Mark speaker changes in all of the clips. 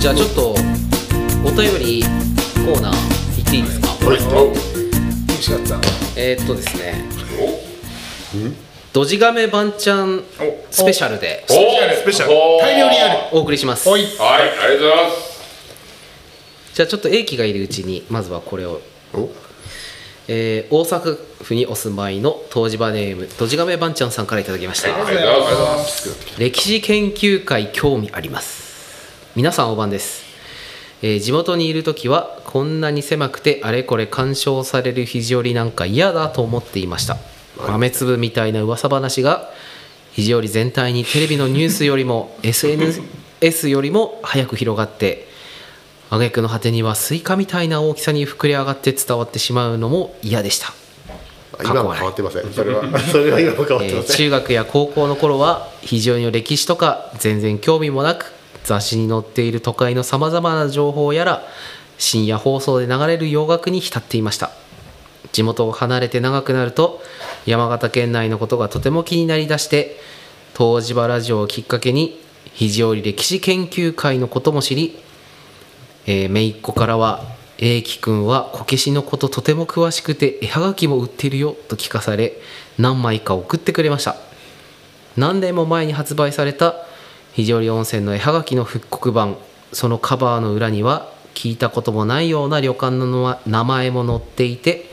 Speaker 1: じゃあちょっとお便りコーナー行っていいですか、
Speaker 2: はいお厳しかった
Speaker 1: えー、っとですねドジガメ番ちゃんスペシャルで
Speaker 2: ペシャルスペシャル大量にある
Speaker 1: お送りします
Speaker 2: おい
Speaker 3: はいありがとうございます
Speaker 1: じゃあちょっと英気がいるうちにまずはこれを
Speaker 2: お
Speaker 1: えー大阪府にお住まいの東芝ネームドジガメバンちゃんさんからいただきました、
Speaker 3: ありがとうございます
Speaker 2: す
Speaker 1: 歴史研究会興味あります皆さんお晩です、えー地元にいる時はこんなに狭くてあれこれ干渉される肘折なんか嫌だと思っていました豆粒みたいな噂話が肘折全体にテレビのニュースよりも SNS よりも早く広がって挙句の果てにはスイカみたいな大きさに膨れ上がって伝わってしまうのも嫌でした
Speaker 4: 今も変わってませんそれは それは今も変わって
Speaker 1: え
Speaker 4: ま
Speaker 1: ー
Speaker 4: せん、
Speaker 1: 中学や高校の頃は非常に歴史とか全然興味もなく雑誌に載っている都会のさまざまな情報やら深夜放送で流れる洋楽に浸っていました地元を離れて長くなると山形県内のことがとても気になりだして東芝ラジオをきっかけに肘折歴史研究会のことも知りえー、姪っ子からは「英樹くんはこけしのこととても詳しくて絵はがきも売ってるよ」と聞かされ何枚か送ってくれました何年も前に発売された肘折温泉の絵はがきの復刻版そのカバーの裏には聞いたこともないような旅館のの名前も載っていて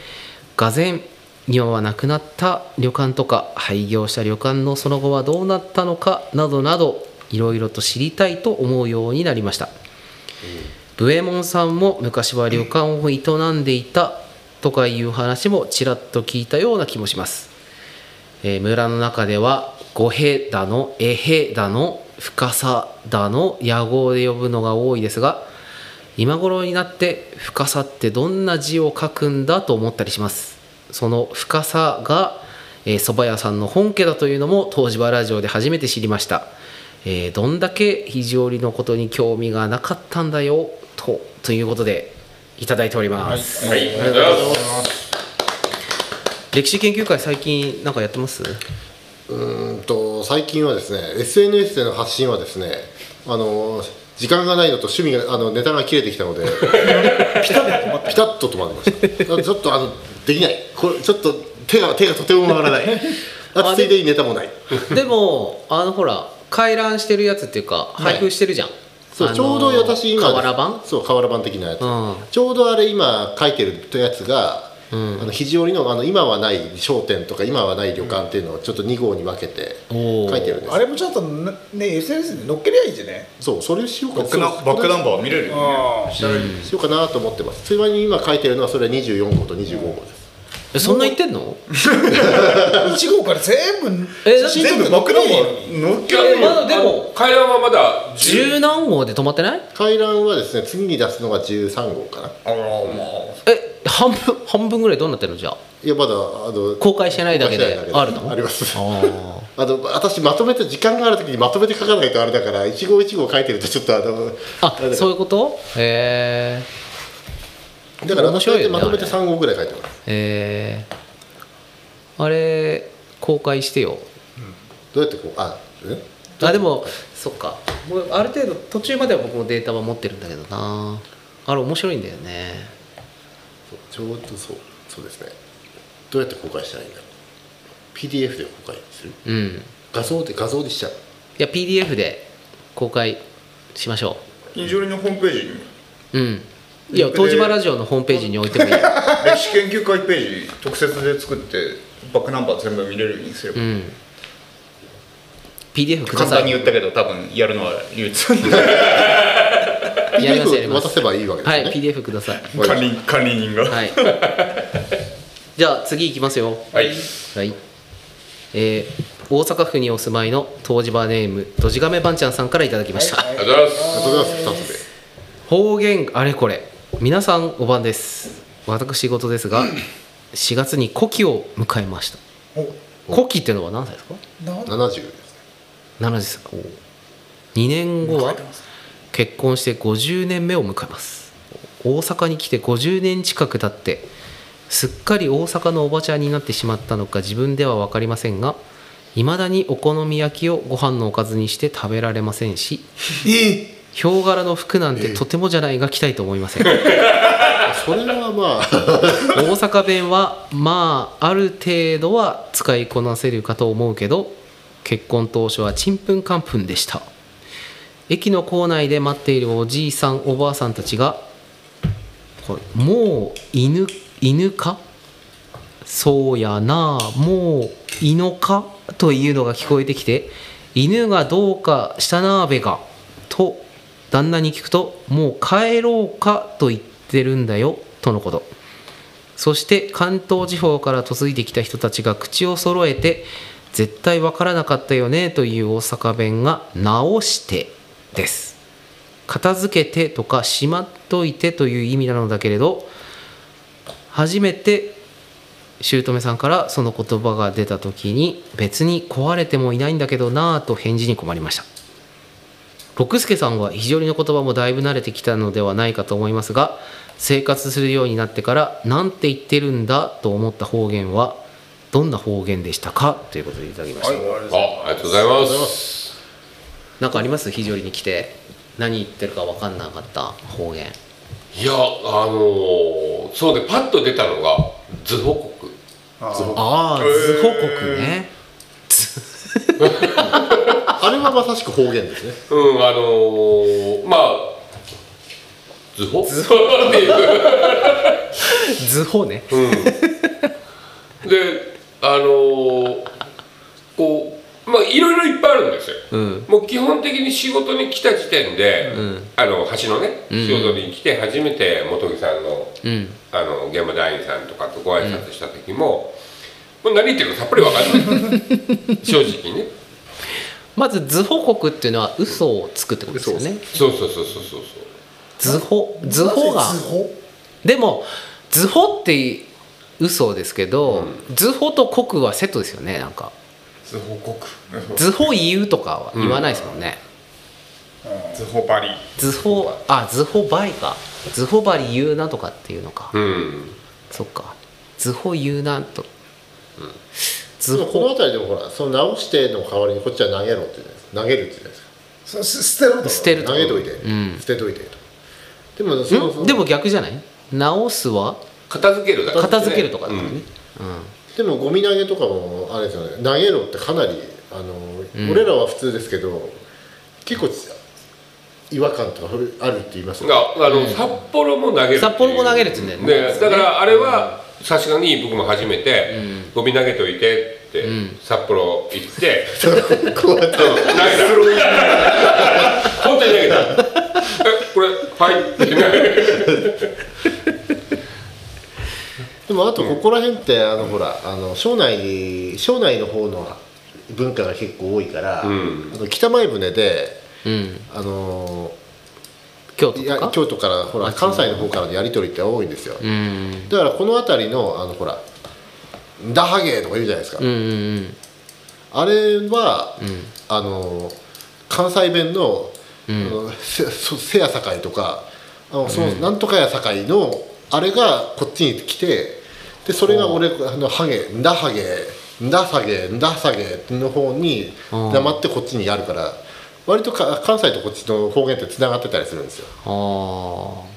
Speaker 1: がぜん今はなくなった旅館とか廃業した旅館のその後はどうなったのかなどなどいろいろと知りたいと思うようになりましたブエモンさんも昔は旅館を営んでいたとかいう話もちらっと聞いたような気もします、えー村の中では五平だのえへだの深さだの野号で呼ぶのが多いですが今頃になって深さってどんな字を書くんだと思ったりしますその深さがえー蕎麦屋さんの本家だというのも東芝ラジオで初めて知りました、えーどんだけ肘折のことに興味がなかったんだよとということでいただいております、
Speaker 3: はいありがとうございます
Speaker 1: 歴史研究会最近なんかやってます
Speaker 4: うーんと最近はですね SNS での発信はですねあの時間がないのと趣味があのネタが切れてきたのでピタッと止まりましたちょっとあのできないこれちょっと手が手がとても回らないあついでにネタもない
Speaker 1: でもあのほら回覧してるやつっていうか
Speaker 4: い
Speaker 1: 配布してるじゃん、
Speaker 4: そう、
Speaker 1: あのー
Speaker 4: ちょうど私今
Speaker 1: 瓦版
Speaker 4: そう瓦版的なやつ、
Speaker 1: うん
Speaker 4: ちょうどあれ今書いてるやつが、あの肘折のあの今はない商店とか今はない旅館っていうのをちょっと2号に分けて
Speaker 1: おー
Speaker 4: 書いてるんです、
Speaker 2: あれもちょっとなね SNS で乗っけりゃいいじゃね
Speaker 4: そうそれしようか
Speaker 5: バックナ
Speaker 4: そう
Speaker 5: バックナンバー見れるよね
Speaker 2: う
Speaker 4: しようかなと思ってますつまり今書いてるのはそれは24号と25号です、
Speaker 1: えそんな言ってんの
Speaker 2: ん1号から全部
Speaker 1: えだ
Speaker 2: 写
Speaker 1: って
Speaker 2: 真
Speaker 5: 全
Speaker 2: 撮っ
Speaker 5: 部
Speaker 2: て
Speaker 5: バックナンバ
Speaker 2: 乗っけりゃいい
Speaker 5: ー乗っけ
Speaker 3: いや
Speaker 5: られ
Speaker 3: でも
Speaker 5: るよ
Speaker 1: まだでも
Speaker 3: 階段はまだ10
Speaker 1: 十何号で止まってない
Speaker 4: 回覧はですね次に出すのが13号かな
Speaker 5: あらま
Speaker 1: え半分半分ぐらいどうなってるのじゃあ
Speaker 4: いやまだあの
Speaker 1: 公開してないだけで
Speaker 4: 公開してないだけ
Speaker 1: あるの
Speaker 4: あります
Speaker 1: あ
Speaker 4: あの私まとめて時間がある時にまとめて書かないとあれだから一号一号書いてるとちょっとあのれだから
Speaker 1: そういうことへ
Speaker 4: だから
Speaker 1: 面
Speaker 4: 面
Speaker 1: 白
Speaker 4: 白
Speaker 1: い
Speaker 4: い
Speaker 1: よね
Speaker 4: まとめて
Speaker 1: あれ
Speaker 4: 3号ぐらい書いてます
Speaker 1: ええーあれ公開してよ
Speaker 4: どうやってこうあえ
Speaker 1: あでもそっかもうある程度途中までは僕もデータは持ってるんだけどなあれ面白いんだよね
Speaker 4: そうちょうどそうそうですねどうやって公開したらいいんだろう PDF で公開する
Speaker 1: うん
Speaker 4: 画像で画像でしちゃう
Speaker 1: いや PDF で公開しましょ
Speaker 5: 非常にのホームページに
Speaker 1: ううんいや
Speaker 5: リンクで
Speaker 1: 東芝ラジオのホームページに置いてもいい
Speaker 5: 歴史研究会ページ特設で作ってバックナンバー全部見れるようにすれば
Speaker 1: うん PDF くだ
Speaker 5: 簡
Speaker 1: さ
Speaker 5: 単に
Speaker 1: い
Speaker 5: 言ったけど多分やるのは流通
Speaker 1: やりますやり
Speaker 4: PDF
Speaker 1: ます
Speaker 4: 渡せばいいわけです
Speaker 1: は
Speaker 4: よ
Speaker 1: い
Speaker 4: ね、
Speaker 1: PDF ください
Speaker 5: 管理管理人が
Speaker 1: はい じゃあ次いきますよ
Speaker 3: はい
Speaker 1: はい、えー大阪府にお住まいの東芝ネームドジガメバンちゃんさんからいただきました、
Speaker 3: ありがとうございます
Speaker 4: ありがとうございます2つで
Speaker 1: 方言あれこれ皆さんお晩です私事ですが4月に古希を迎えました古希ってのは何歳ですか
Speaker 2: なん
Speaker 4: 70です
Speaker 1: 7です2年後は結婚して50年目を迎えます大阪に来て50年近く経ってすっかり大阪のおばちゃんになってしまったのか自分では分かりませんがいまだにお好み焼きをご飯のおかずにして食べられませんし
Speaker 2: え
Speaker 1: ヒョウ柄の服なんてとてもじゃないが着たいと思いません大
Speaker 4: それはまあ
Speaker 1: 阪弁はまあある程度は使いこなせるかと思うけど結婚当初はちんぷんかんぷんでした駅の構内で待っているおじいさんおばあさんたちがこれもう犬犬かそうやなあもう犬かというのが聞こえてきて犬がどうかしたなあべがと旦那に聞くともう帰ろうかと言ってるんだよとのことそして関東地方から嫁いできた人たちが口を揃えて絶対わからなかったよねという大阪弁が直してです片付けてとかしまっといてという意味なのだけれど初めて姑さんからその言葉が出た時に別に壊れてもいないんだけどなぁと返事に困りました六輔さんは非常にの言葉もだいぶ慣れてきたのではないかと思いますが生活するようになってからなんて言ってるんだと思った方言はどんな方言でしたかということでいただきました、
Speaker 3: あ、ありがとうございます。
Speaker 1: なんかあります非常に来て何言ってるか分かんなかった方言
Speaker 3: いや、あのー、そうで、パッと出たのが、図報国。
Speaker 1: ああ図報国ね
Speaker 4: あれはまさしく方言です ね
Speaker 3: うん、あのー、まあ。図報。図報 っていう。
Speaker 1: 図報ね
Speaker 3: で、あのー、こう、まあ、いろいろいっぱいあるんですよ。
Speaker 1: うん
Speaker 3: もう基本的に仕事に来た時点で、あの橋のね仕事に来て初めて本木さんの,、
Speaker 1: うん
Speaker 3: あの現場団員さんとかとご挨拶した時も、もう何言ってるかさっぱり分かんない 正直ね
Speaker 1: まず図報国っていうのは嘘をつくってことですよね
Speaker 3: そうそうそうそうそうそう
Speaker 1: 図報図報が
Speaker 2: なぜ図法
Speaker 1: でも図報って嘘ですけど、図報と国はセットですよねなんか
Speaker 5: 図報国
Speaker 1: 図報言うとかは言わないですもんね、
Speaker 5: 図報バリ
Speaker 1: 図報あ図報倍か図報ばり言うなとかっていうのか、
Speaker 3: うん
Speaker 1: そっか図報言うなと、図
Speaker 4: でもこの
Speaker 1: 報
Speaker 4: 辺りでもほらその直しての代わりにこっちは投げろって言うじゃないですか投げるって言うじゃないですか
Speaker 2: そす捨てろと
Speaker 1: 捨てると
Speaker 4: 投げといて、
Speaker 1: ん
Speaker 4: 捨てといてとでもその
Speaker 1: んでも逆じゃない直すは
Speaker 3: 片付けるだけ
Speaker 1: 片付けるとかだからね、
Speaker 3: うん
Speaker 4: でもゴミ投げとかもあれですよね投げろってかなりあの、俺らは普通ですけど結構違和感とかあるって言いますよね
Speaker 3: があの、札幌も投げるっていう
Speaker 1: 札幌も投げるって言うんだよね
Speaker 3: でだからあれはさすがに僕も初めて、ゴミ投げといてって、札幌 行って、
Speaker 4: こうやって
Speaker 3: 投げた。本当に投げた。え、これ、はいって投げる。
Speaker 4: でもあとここら辺ってあのほらあの省内省内の方の文化が結構多いから、
Speaker 3: ん
Speaker 4: あの北前船で
Speaker 1: うん、
Speaker 4: あの
Speaker 1: 京都
Speaker 4: い
Speaker 1: と
Speaker 4: や
Speaker 1: か
Speaker 4: 京都からほら関西の方からのやり取りって多いんですよ、
Speaker 1: うん
Speaker 4: だからこの辺りのあのほら「ダハゲー」とか言うじゃないですか、
Speaker 1: うんうん
Speaker 4: あれは、あの関西弁の「あのせそせやさかい」とかあのその、なんとかやさかいのあれがこっちに来てでそれが俺あのハゲ「んだハゲ」んださげんださげの方に
Speaker 1: うん
Speaker 4: 黙ってこっちにあるから割とか関西とこっちの方言ってつながってたりするんですよ
Speaker 1: ああ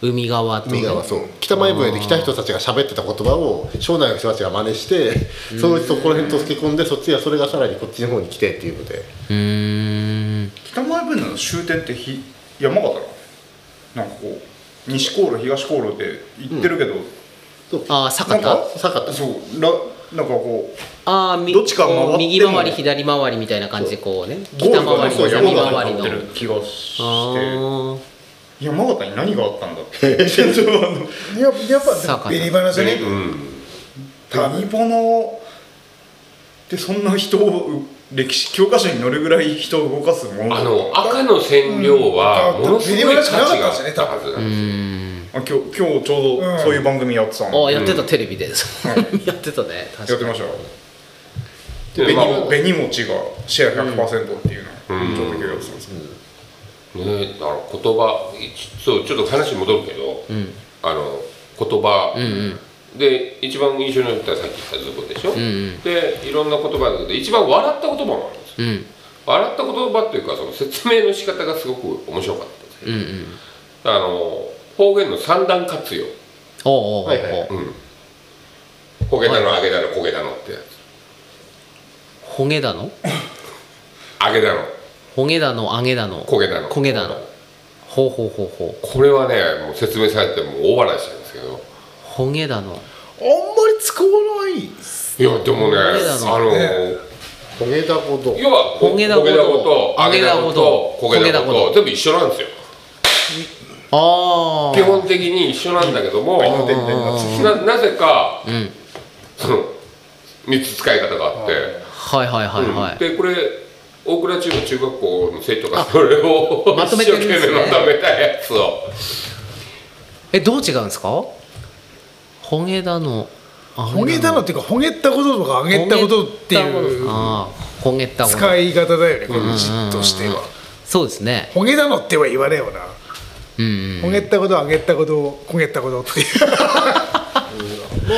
Speaker 1: 海側とね
Speaker 4: 右側そう北前船で来た人たちが喋ってた言葉を庄内の人たちが真似してそのうちそこら辺と付け込んでそっちがそれがさらにこっちの方に来てっていうので
Speaker 1: うーん
Speaker 5: 北前船の終点ってひ山形なのなんかこう西航路東航路で行ってるけど、
Speaker 4: そう
Speaker 1: ああ
Speaker 5: な
Speaker 1: 坂
Speaker 5: んか
Speaker 1: 田
Speaker 4: 坂田
Speaker 5: そうらなんかこう
Speaker 1: ああみ
Speaker 5: どっちか回っても
Speaker 1: こう右回り左回りみたいな感じでこうね
Speaker 5: ゴー
Speaker 1: 北
Speaker 5: ルが
Speaker 1: 回
Speaker 5: な
Speaker 1: り南回り
Speaker 5: んか山形に
Speaker 1: の
Speaker 5: なってる気がして
Speaker 1: あ
Speaker 5: 山形に何があったんだって全然わかんない
Speaker 2: ややっ
Speaker 1: さ
Speaker 2: ぱ
Speaker 1: あ
Speaker 2: ベリバナじゃね
Speaker 3: うん。
Speaker 5: 谷ボノってそんな人を歴史教科書に載るぐらい人を動かすもの
Speaker 3: あの、赤の染料は、
Speaker 2: うん
Speaker 3: ものすごい価値があったはずな
Speaker 1: ーうん
Speaker 3: で
Speaker 1: ん
Speaker 5: あ今日今日ちょう
Speaker 2: うん
Speaker 5: どそういう番組やってた
Speaker 1: あ
Speaker 5: の、
Speaker 1: あ
Speaker 5: や
Speaker 1: やってたテレビで やってたね
Speaker 5: っ
Speaker 1: 確
Speaker 5: て
Speaker 1: かに
Speaker 5: ましたよ
Speaker 3: すよ。
Speaker 5: 紅
Speaker 3: でまあ
Speaker 5: も紅餅がシェア100%っていうの
Speaker 3: うん
Speaker 5: をちょっと今日やってたんですけど、
Speaker 3: ね、だから言葉、ちそう、ちょっと話戻るけど、
Speaker 1: ん
Speaker 3: あの、言葉、
Speaker 1: うんうん
Speaker 3: で、一番印象に残ったのはさっき言ったズボでしょ、
Speaker 1: んうん
Speaker 3: で、いろんな言葉だけど、一番笑った言葉もあるんですよ。
Speaker 1: うん
Speaker 3: 笑った言葉っていうかその説明の仕方がすごく面白かったんですよ
Speaker 1: うんうん
Speaker 3: あの方言の三段活用、
Speaker 1: おうおうおうおう、
Speaker 4: はいはい
Speaker 3: うん、焦げたの揚げたの焦げたのってやつ
Speaker 1: ほげだの
Speaker 3: 揚げたの
Speaker 1: ほげだの揚げだの
Speaker 3: 焦げたの
Speaker 1: 焦げだのほうほうほうほう
Speaker 3: これはねもう説明されてもう大笑いしたんですけど
Speaker 1: ほげだの
Speaker 2: あんまり使わないっす
Speaker 3: いやでもね
Speaker 1: 焦げだの
Speaker 3: あの
Speaker 2: ね
Speaker 4: 焦げたこと
Speaker 3: 要は
Speaker 1: 焦げだこと
Speaker 3: 焦と揚げだこと
Speaker 1: 焦
Speaker 3: 焦
Speaker 1: げ
Speaker 3: げ
Speaker 1: だ
Speaker 3: だ
Speaker 1: こ
Speaker 3: ことと全部一緒なんですよ
Speaker 1: ああ
Speaker 3: 基本的に一緒なんだけどもななぜか
Speaker 1: うん
Speaker 3: その3つ使い方があって、
Speaker 1: はいはいはいはい、
Speaker 3: でこれ大倉中の中学校の生徒がそれを
Speaker 1: まとめてるん
Speaker 3: 一
Speaker 1: で
Speaker 3: 生
Speaker 1: すね
Speaker 3: 懸命まとめたやつを
Speaker 1: えどう違うんですかほげだの
Speaker 2: ほげたのっていうかほげったこととかあげったことっていう
Speaker 1: ああほげったこと
Speaker 2: 使い方だよねこの字とし
Speaker 1: う
Speaker 2: て
Speaker 1: んうん
Speaker 2: は
Speaker 1: そうですね
Speaker 2: ほげたのっては言わねえよな
Speaker 1: うんう
Speaker 2: ほ
Speaker 1: ん
Speaker 2: げったことあげったことこげったことっていう
Speaker 4: ま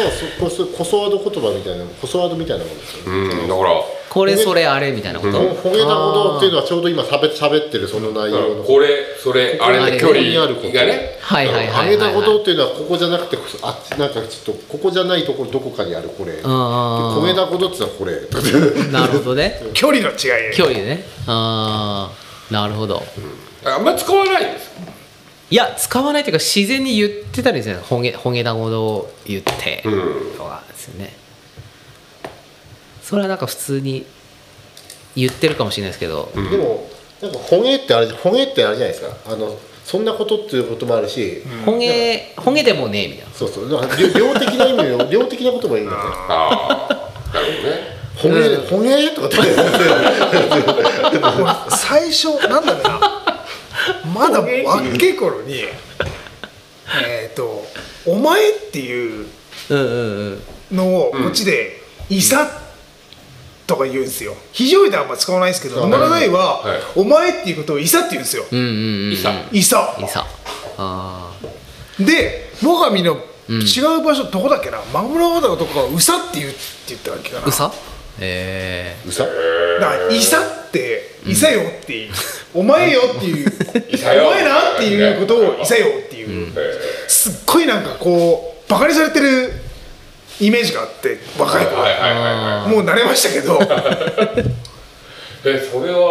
Speaker 4: あそこそこそワード言葉みたいなこそワードみたいなもんですよね
Speaker 3: うんだから
Speaker 1: これそれあれみたいなこ
Speaker 4: ほ
Speaker 1: と、
Speaker 4: ほげたことっていうのはちょうど今しゃべ喋ってるその内容の
Speaker 3: これそれあれの距
Speaker 1: ここ
Speaker 4: にあること
Speaker 3: 離がね
Speaker 1: はいはいは
Speaker 4: あ
Speaker 1: い
Speaker 4: げ
Speaker 1: は
Speaker 4: た
Speaker 1: い
Speaker 4: こ
Speaker 1: は
Speaker 4: と
Speaker 1: い
Speaker 4: っていうのはここじゃなくてこそあっちなんかちょっとここじゃないところどこかにあるこれで
Speaker 1: あー
Speaker 4: 焦げたことってのはこれ
Speaker 1: なるほど ね
Speaker 2: 距離の違い
Speaker 1: 距離ねああなるほど
Speaker 3: あんま使わないんです
Speaker 1: いや使わないというか自然に言ってたりですねほげほげだごとを言って
Speaker 3: うん
Speaker 1: とかですよねそれはなんか普通に言ってるかもしれないですけど、
Speaker 4: でもなんかほげってあれほげってあれじゃないですかあのそんなことっていうこともあるし、
Speaker 1: ほげほげでもねえみたいな
Speaker 4: そうそうだから量量的な意味を 量的なこともいいんだから
Speaker 3: ああ なるほどね
Speaker 4: ほげ、ほげとかって
Speaker 2: 最初なんだろうなまだ若い頃にえっと「お前」っていう
Speaker 1: うんうんうん
Speaker 2: のをこっちで「いさ」とか言うんですよ非常にではあんま使わないですけど
Speaker 4: うん
Speaker 2: 沼の代は
Speaker 3: はい
Speaker 2: 「お前」っていうことを「いさ」って言うんですよ
Speaker 1: うんうんうん
Speaker 3: いさ
Speaker 1: い
Speaker 2: 「いさ
Speaker 1: さあー」
Speaker 2: で最上の
Speaker 1: ん
Speaker 2: 違う場所どこだっけなマグロだとかは「うさ」って言うって言ったわけかな
Speaker 1: うさえ
Speaker 4: うさ
Speaker 2: だから「いさ」って「いさよ」っていう「お前よ」っていう「
Speaker 3: いさよ
Speaker 2: お前な」っていうことを「いさよ」っていう
Speaker 3: え
Speaker 2: すっごいなんかこうバカにされてるイメージがあって若い
Speaker 3: ーはいはいはいはい
Speaker 2: 頃もう慣れましたけ ど
Speaker 3: えそれは
Speaker 1: ー、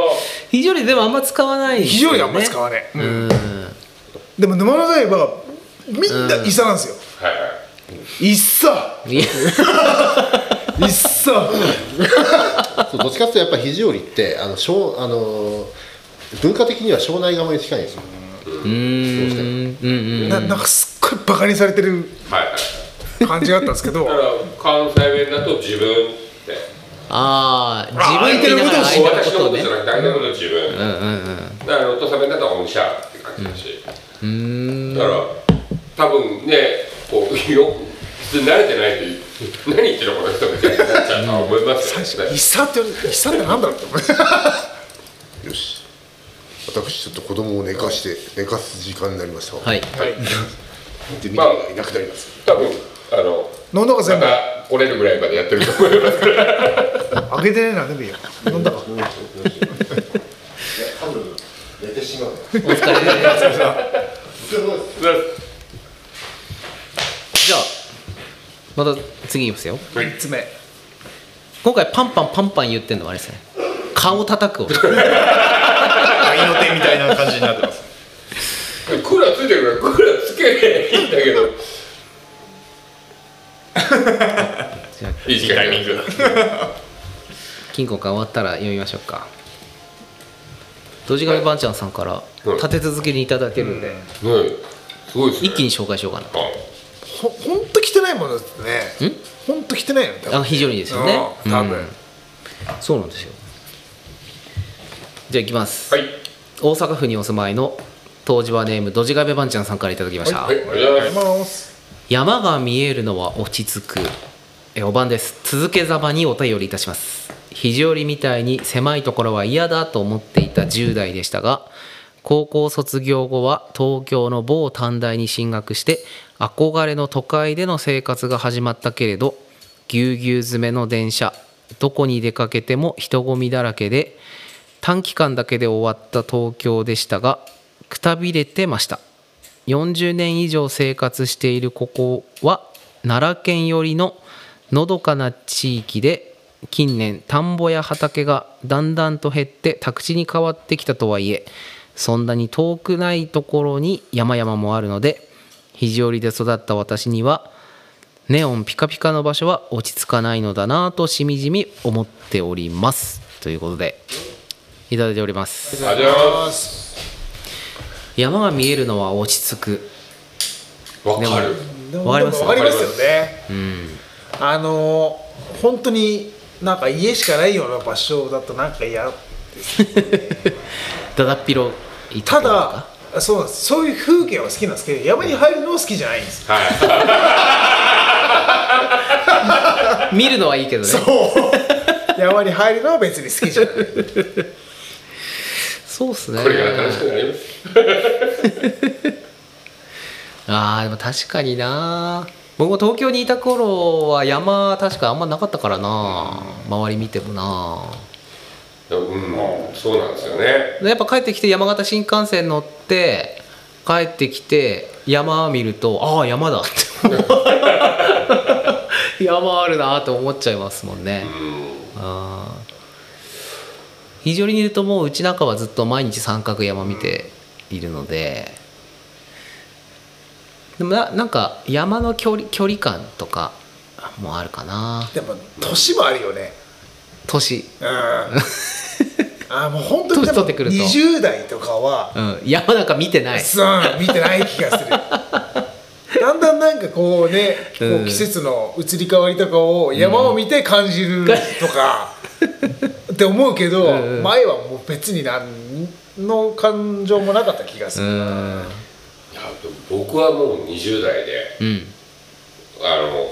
Speaker 1: 非常にでもあんま使わない、
Speaker 2: 非常にあんまり使
Speaker 1: わ
Speaker 2: わない、
Speaker 1: ない、うん、
Speaker 2: でも沼の台はみんな「いさ」なんですよ
Speaker 3: はいはい
Speaker 2: 「いっさ」
Speaker 1: いや
Speaker 2: 「 いっさ」
Speaker 4: そうどっちかっていうとやっぱ肘折りってあの小あの文化的には庄内釜に近いんですよ
Speaker 1: うーんうんうん
Speaker 2: ななんかすっごいバカにされてる
Speaker 3: はいはい
Speaker 2: 感じがあったんですけど
Speaker 3: だから関西弁だと自分って
Speaker 1: ああ自
Speaker 2: あー
Speaker 1: 分って言いながら
Speaker 2: 相
Speaker 1: 相手の
Speaker 3: 私
Speaker 1: こ
Speaker 3: の
Speaker 1: とを
Speaker 3: こと
Speaker 1: ね
Speaker 3: じゃなくて相手のこと自分
Speaker 1: うんうんうん
Speaker 3: だからお父さん弁だと御社って感じだし
Speaker 1: うーん
Speaker 3: だから多分ねこうよく普通慣れてないと 何言ってるのこの人みたいになっちゃうとは思いますよ
Speaker 2: 「いっ
Speaker 3: ね
Speaker 2: さ」って言われて「いっさ」ってなんだろうって思って
Speaker 4: よし私ちょっと子供を寝かして寝かす時間になりました
Speaker 1: はい
Speaker 3: はい
Speaker 4: で見がいなくなります
Speaker 3: 多分あの
Speaker 2: 飲んだか
Speaker 3: ま
Speaker 2: 全部
Speaker 3: た来れるぐらいまでやってると思いますから
Speaker 2: あげてねえなでもいいよ飲んだか
Speaker 4: 多分寝てしまう
Speaker 1: お疲れ様ですじゃあまた次いきますよ
Speaker 2: 3つ目
Speaker 1: 今回パンパンパンパン言ってんのはあれですね顔叩 く音
Speaker 5: 合いの手みたいな感じになってます
Speaker 3: クーラーついてるからクーラーつけりゃいいんだけど
Speaker 1: じゃあ
Speaker 3: いい時間に
Speaker 1: 金庫が終わったら読みましょうかドジガメバンちゃんさんから
Speaker 3: うん
Speaker 1: 立て続けにいただけるんで、
Speaker 3: はいすごいですね
Speaker 1: 一気に紹介しようかな
Speaker 3: あ
Speaker 2: ほほんと汚いものですねほんと汚いよね多分
Speaker 1: あ非常にですよね
Speaker 2: うん多分
Speaker 1: うんそうなんですよじゃあいきます、
Speaker 3: はい
Speaker 1: 大阪府にお住まいの東芝ネームドジガメバンちゃんさんからいただきました、
Speaker 3: はいありがとうございます
Speaker 2: 回す
Speaker 1: 山が見えるのは落ち着くえお番です続けざまにお便りいたします肘折りみたいに狭いところは嫌だと思っていた10代でしたが高校卒業後は東京の某短大に進学して憧れの都会での生活が始まったけれどぎゅうぎゅう詰めの電車どこに出かけても人混みだらけで短期間だけで終わった東京でしたがくたびれてました40年以上生活しているここは奈良県寄りののどかな地域で近年田んぼや畑がだんだんと減って宅地に変わってきたとはいえそんなに遠くないところに山々もあるので肘折で育った私にはネオンピカピカの場所は落ち着かないのだなぁとしみじみ思っておりますということでいただいております
Speaker 3: ありがとうございます
Speaker 1: 山が見えるのは落ち着く
Speaker 3: すわかる
Speaker 1: わかります
Speaker 2: わかりますよね
Speaker 1: うん
Speaker 2: あのー本当になんか家しかないような場所だとなんか嫌
Speaker 1: だだっぴろいとこ
Speaker 2: た
Speaker 1: ろ
Speaker 2: だそうなんですそういう風景は好きなんですけど山に入るのは好きじゃないんですよ
Speaker 3: はい
Speaker 1: か見るのはいいけどねそう
Speaker 2: 山に入るのは別に好きじゃない
Speaker 1: っすね
Speaker 3: これから楽しくなります
Speaker 1: あーでも確かにな僕も東京にいた頃は山確かあんまなかったからな周り見てもな
Speaker 3: うんそうなんですよね
Speaker 1: やっぱ帰ってきて山形新幹線乗って帰ってきて山見るとああ山だって思 う山あるなと思っちゃいますもんね
Speaker 3: うん
Speaker 1: あー非常にいるともううちなんかはずっと毎日三角山見ているのででもななんか山の距離距離感とかもあるかな
Speaker 2: でも年もあるよね
Speaker 1: 年、
Speaker 2: うんあーもう本当にで
Speaker 1: 年取
Speaker 2: も
Speaker 1: ってくると
Speaker 2: 20代とかは
Speaker 1: うん、山なんか見てない
Speaker 2: うん見てない気 がするだんだんなんかこうね
Speaker 1: う
Speaker 2: こ
Speaker 1: ん
Speaker 2: う季節の移り変わりとかを山を見て感じるとか、って思うけど、
Speaker 1: うんうん
Speaker 2: 前はもう別に何の感情もなかった気がす
Speaker 1: う
Speaker 2: る、
Speaker 1: ん
Speaker 3: いやでも僕はもう20代で
Speaker 1: うん
Speaker 3: あの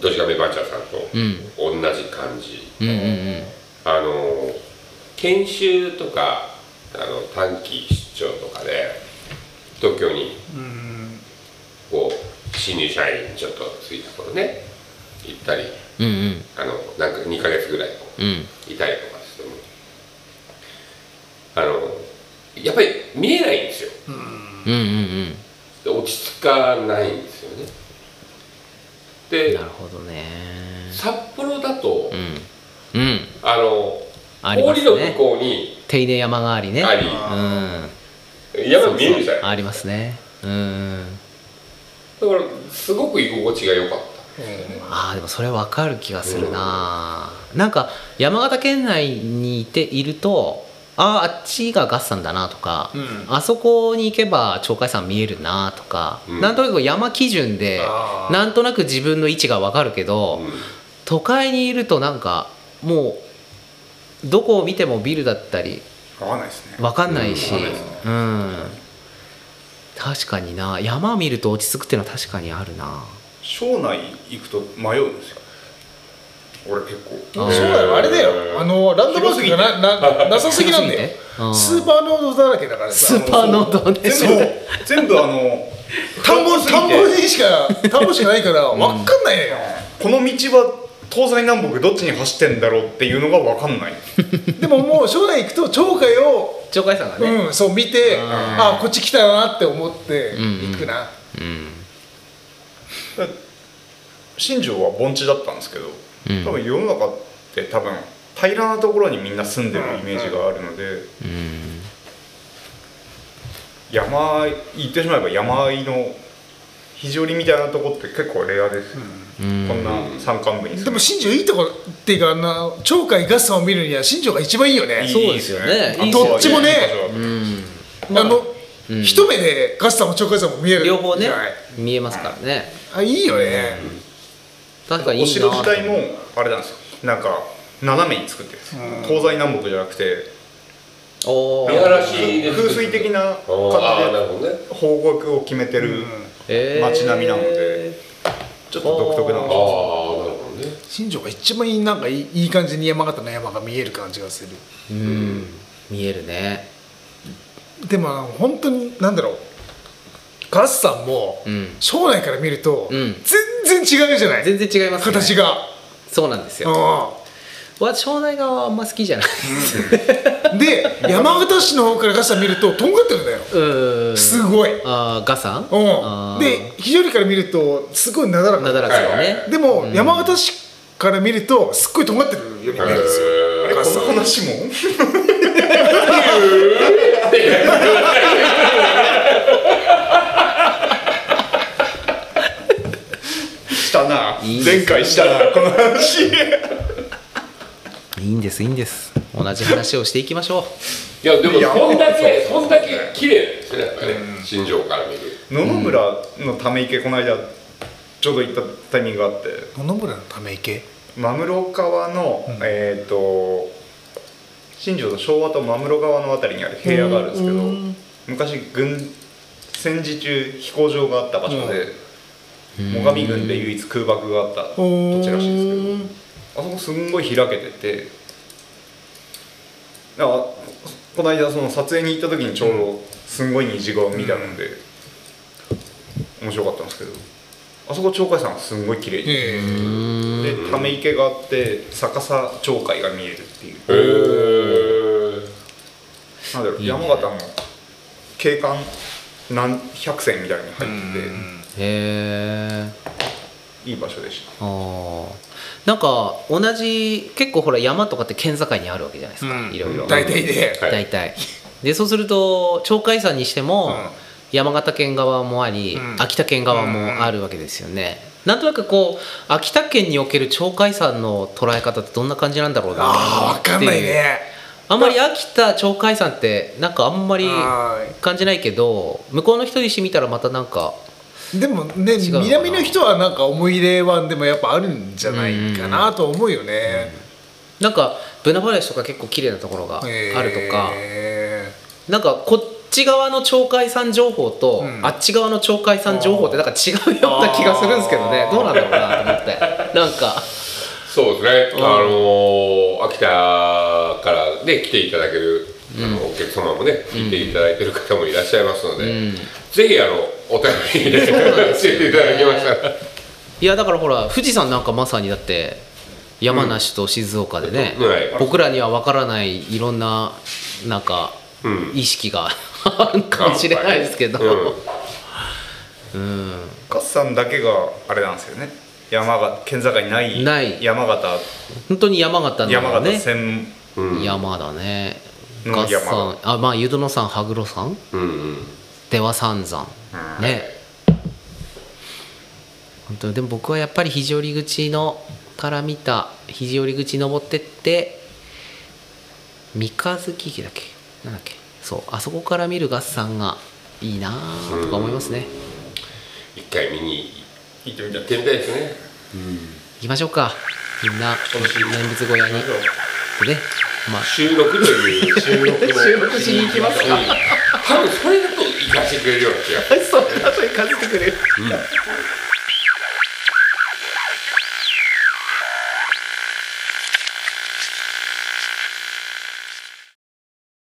Speaker 3: どちかめばあちゃんさんと
Speaker 1: うん
Speaker 3: 同じ感じ、
Speaker 1: うんうんうん
Speaker 3: あの研修とかあの短期出張とかで東京にこう新入社員ちょっとついた頃ね行ったり
Speaker 1: うんうん
Speaker 3: あのなんか2ヶ月ぐらいこう
Speaker 1: うん
Speaker 3: いたりとかしてもあのやっぱり見えないんですよ
Speaker 1: うんうん
Speaker 3: で落ち着かないんですよね
Speaker 1: うん
Speaker 3: で
Speaker 1: なるほどね
Speaker 3: 札幌だと、
Speaker 1: うんうん
Speaker 3: あの
Speaker 1: あります
Speaker 3: 氷の向
Speaker 1: ね
Speaker 3: こうに
Speaker 1: 手稲山がありね
Speaker 3: あり
Speaker 1: うん
Speaker 3: 山見えるじゃない
Speaker 1: ありますねうん
Speaker 3: だからすごく居心地が良かっ
Speaker 1: あーでもそれ分かる気がするな、なんか山形県内にいているとあーあっちが合算だなとか、
Speaker 2: うん
Speaker 1: あそこに行けば鳥海山見えるなとか、
Speaker 3: うん
Speaker 1: なんとなく山基準で
Speaker 2: あー
Speaker 1: なんとなく自分の位置が分かるけ
Speaker 3: た、
Speaker 1: ど、都会にいるとなんかもうどこを見てもビルだったり
Speaker 5: わかんないですね
Speaker 1: 分かんないし、う
Speaker 3: うんんわかんないです
Speaker 1: 確かにな山見ると落ち着くっていうのは確かにあるな
Speaker 5: 庄内行くと迷うんですよ俺結構
Speaker 1: あ
Speaker 2: そうだよあれだよあのランドマークがなななさすぎなんだよ
Speaker 1: うん
Speaker 2: スーパーノードだらけだからさ
Speaker 1: スーパーノードね
Speaker 5: 全部全部 あの
Speaker 2: 田んぼ田んぼにしか田んぼしかないから分かんないのよ、
Speaker 5: この道は東西南北どっちに走ってんだろうっていうのが分かんない
Speaker 2: でももう将来行くと鳥海を
Speaker 1: 鳥海山がね、
Speaker 2: うん、そう見てあこっち来たなって思って
Speaker 1: うん
Speaker 2: 行くな、
Speaker 1: うん
Speaker 5: 新庄は盆地だったんですけど、
Speaker 1: うん
Speaker 5: 多分世の中って多分平らなところにみんな住んでるイメージがあるので、
Speaker 1: うん
Speaker 5: 山行ってしまえば山あいの肘折みたいなとこって結構レアです、こんな山間部に
Speaker 2: で
Speaker 5: 住
Speaker 2: も
Speaker 5: む
Speaker 2: 新庄いいとこっていうかあの鳥海合算を見るには新庄が一番いいよね
Speaker 5: いい
Speaker 1: そうですよね
Speaker 5: いいです
Speaker 2: どっちもね
Speaker 1: うん
Speaker 2: あの、
Speaker 1: うん
Speaker 2: 一目で合算も鳥海山も見え る
Speaker 1: 両方ね
Speaker 2: じゃない
Speaker 1: 見えますからね
Speaker 2: あいいよね、
Speaker 1: 確かにいい
Speaker 5: お
Speaker 1: な
Speaker 5: 城自体もあれなんですよなんか斜めに作ってるんです東西南北じゃなくて
Speaker 1: お
Speaker 3: いや
Speaker 1: ー
Speaker 3: らしいです
Speaker 5: 風水的な
Speaker 3: ああ
Speaker 5: 感
Speaker 3: な
Speaker 5: じ
Speaker 3: るほどね
Speaker 5: で方角を決めてる、
Speaker 1: え
Speaker 5: 街並みなのでちょっと独特な
Speaker 3: ああなる
Speaker 5: の
Speaker 3: ほどね
Speaker 2: 新庄が一番いいなんかいいいい感じに山形の山が見える感じがする
Speaker 1: うん見えるね
Speaker 2: でもあの本当になんだろう合算も
Speaker 1: うん
Speaker 2: 庄内から見ると
Speaker 1: うん
Speaker 2: 全然違うじゃない、
Speaker 1: 全然違いますね
Speaker 2: 形が、
Speaker 1: そうなんです
Speaker 2: う
Speaker 1: よ
Speaker 2: ん
Speaker 1: 私庄内側はあんま好きじゃない
Speaker 2: で山形市の方からガサ見るととんがってるんだよ
Speaker 1: うん
Speaker 2: すごい
Speaker 1: あーガサンあー
Speaker 2: うんで非常にから見るとすごいなだらか
Speaker 1: なだらかだね
Speaker 2: でも、山形市から見るとすっごいとんがってるように見えるんですよ
Speaker 5: あれこの話もしたない
Speaker 1: いですね
Speaker 5: 前回したなこの話
Speaker 1: いいんですいいんです同じ話をしていきましょう
Speaker 3: いやでも
Speaker 5: いや
Speaker 3: そんだけそんだけ綺麗なんですねやっぱね新庄から見る
Speaker 5: 野々村のため池この間ちょうど行ったタイミングがあって
Speaker 2: 野々村のため池
Speaker 5: 真室川の、
Speaker 2: うん
Speaker 5: えっ、と新庄の昭和と真室川のあたりにある平野があるんですけど、
Speaker 2: うん
Speaker 5: 昔軍戦時中飛行場があった場所で、最上軍で唯一空爆があった土地らしいんですけどあそこすんごい開けててだからこの間その撮影に行った時にちょうどすんごい虹が見たので、面白かったんですけどあそこ鳥海山がすんごい綺麗に。
Speaker 2: ええ
Speaker 5: でため池があって逆さ鳥海が見えるっていう
Speaker 3: へー
Speaker 5: なんだろう山形の景観何百選みたいに入って
Speaker 1: へえ
Speaker 5: ていい場所でし
Speaker 1: あ
Speaker 5: た
Speaker 1: ーなんか同じ結構ほら山とかって県境にあるわけじゃないですか、
Speaker 2: うん
Speaker 1: いろいろ
Speaker 2: 大体で、
Speaker 3: はい
Speaker 1: 大体でそうすると鳥海山にしても、
Speaker 2: うん
Speaker 1: 山形県側もあり、
Speaker 2: うん
Speaker 1: 秋田県側もあるわけですよね、なんとなくこう秋田県における鳥海山の捉え方ってどんな感じなんだろうな
Speaker 2: ああ分かんな
Speaker 1: っ
Speaker 2: い
Speaker 1: てう
Speaker 2: ね
Speaker 1: あんまり秋田鳥海山ってなんかあんまり
Speaker 2: は
Speaker 1: 感じないけど向こうの人にしてみたらまたなんか
Speaker 2: でもね
Speaker 1: 違うのかな
Speaker 2: 南の人はなんか思い入れはでもやっぱあるんじゃないかなと思うよね、
Speaker 1: なんかブナ林とか結構綺麗なところがあ
Speaker 2: ええ
Speaker 1: るとか、なんかこっち側の鳥海山情報と、
Speaker 2: うん
Speaker 1: あっち側の鳥海山情報ってなんか違うような気がするんですけどね
Speaker 2: あー
Speaker 1: どうなんだろうなと思ってなんか
Speaker 3: そうですね、あのー秋田から、ね、来ていただける、あのお客様もね、聞いていただいてる方もいらっしゃいますので、
Speaker 1: うん
Speaker 3: ぜひあのお便りで教
Speaker 1: うなんですよ
Speaker 3: え
Speaker 1: ね
Speaker 3: ていただきましたら、
Speaker 1: いやだからほら富士山なんかまさにだって山梨と静岡でね、
Speaker 3: はい
Speaker 1: 僕らには分からないいろんななんか
Speaker 3: うん
Speaker 1: 意識があるかもしれないですけど、う
Speaker 3: うん
Speaker 1: ん
Speaker 5: カスさんだけがあれなんですよね山が県境にない
Speaker 1: ない
Speaker 5: 山形
Speaker 1: 本当に山形の
Speaker 5: 山形
Speaker 1: ね
Speaker 5: 線
Speaker 3: うん
Speaker 1: 山だね
Speaker 5: うん
Speaker 1: 合
Speaker 5: 山
Speaker 1: 算あまあ湯殿山羽黒山
Speaker 3: うんうん
Speaker 1: 出羽三山ね本当にでも僕はやっぱり肘折口のから見た肘折口登ってって三日月駅だっけなんだっけそうあそこから見る合算がいいなあとか思いますね
Speaker 3: 一回見に
Speaker 5: 行ってみた
Speaker 3: 行
Speaker 5: い
Speaker 3: ってみたいですね。
Speaker 1: 行きましょうかみんな念仏小屋にでねまあ
Speaker 3: 収録という収録を収録しに行きますか。 多分それだと行かせてくれるような気が。
Speaker 1: そんなと行かせてくれる、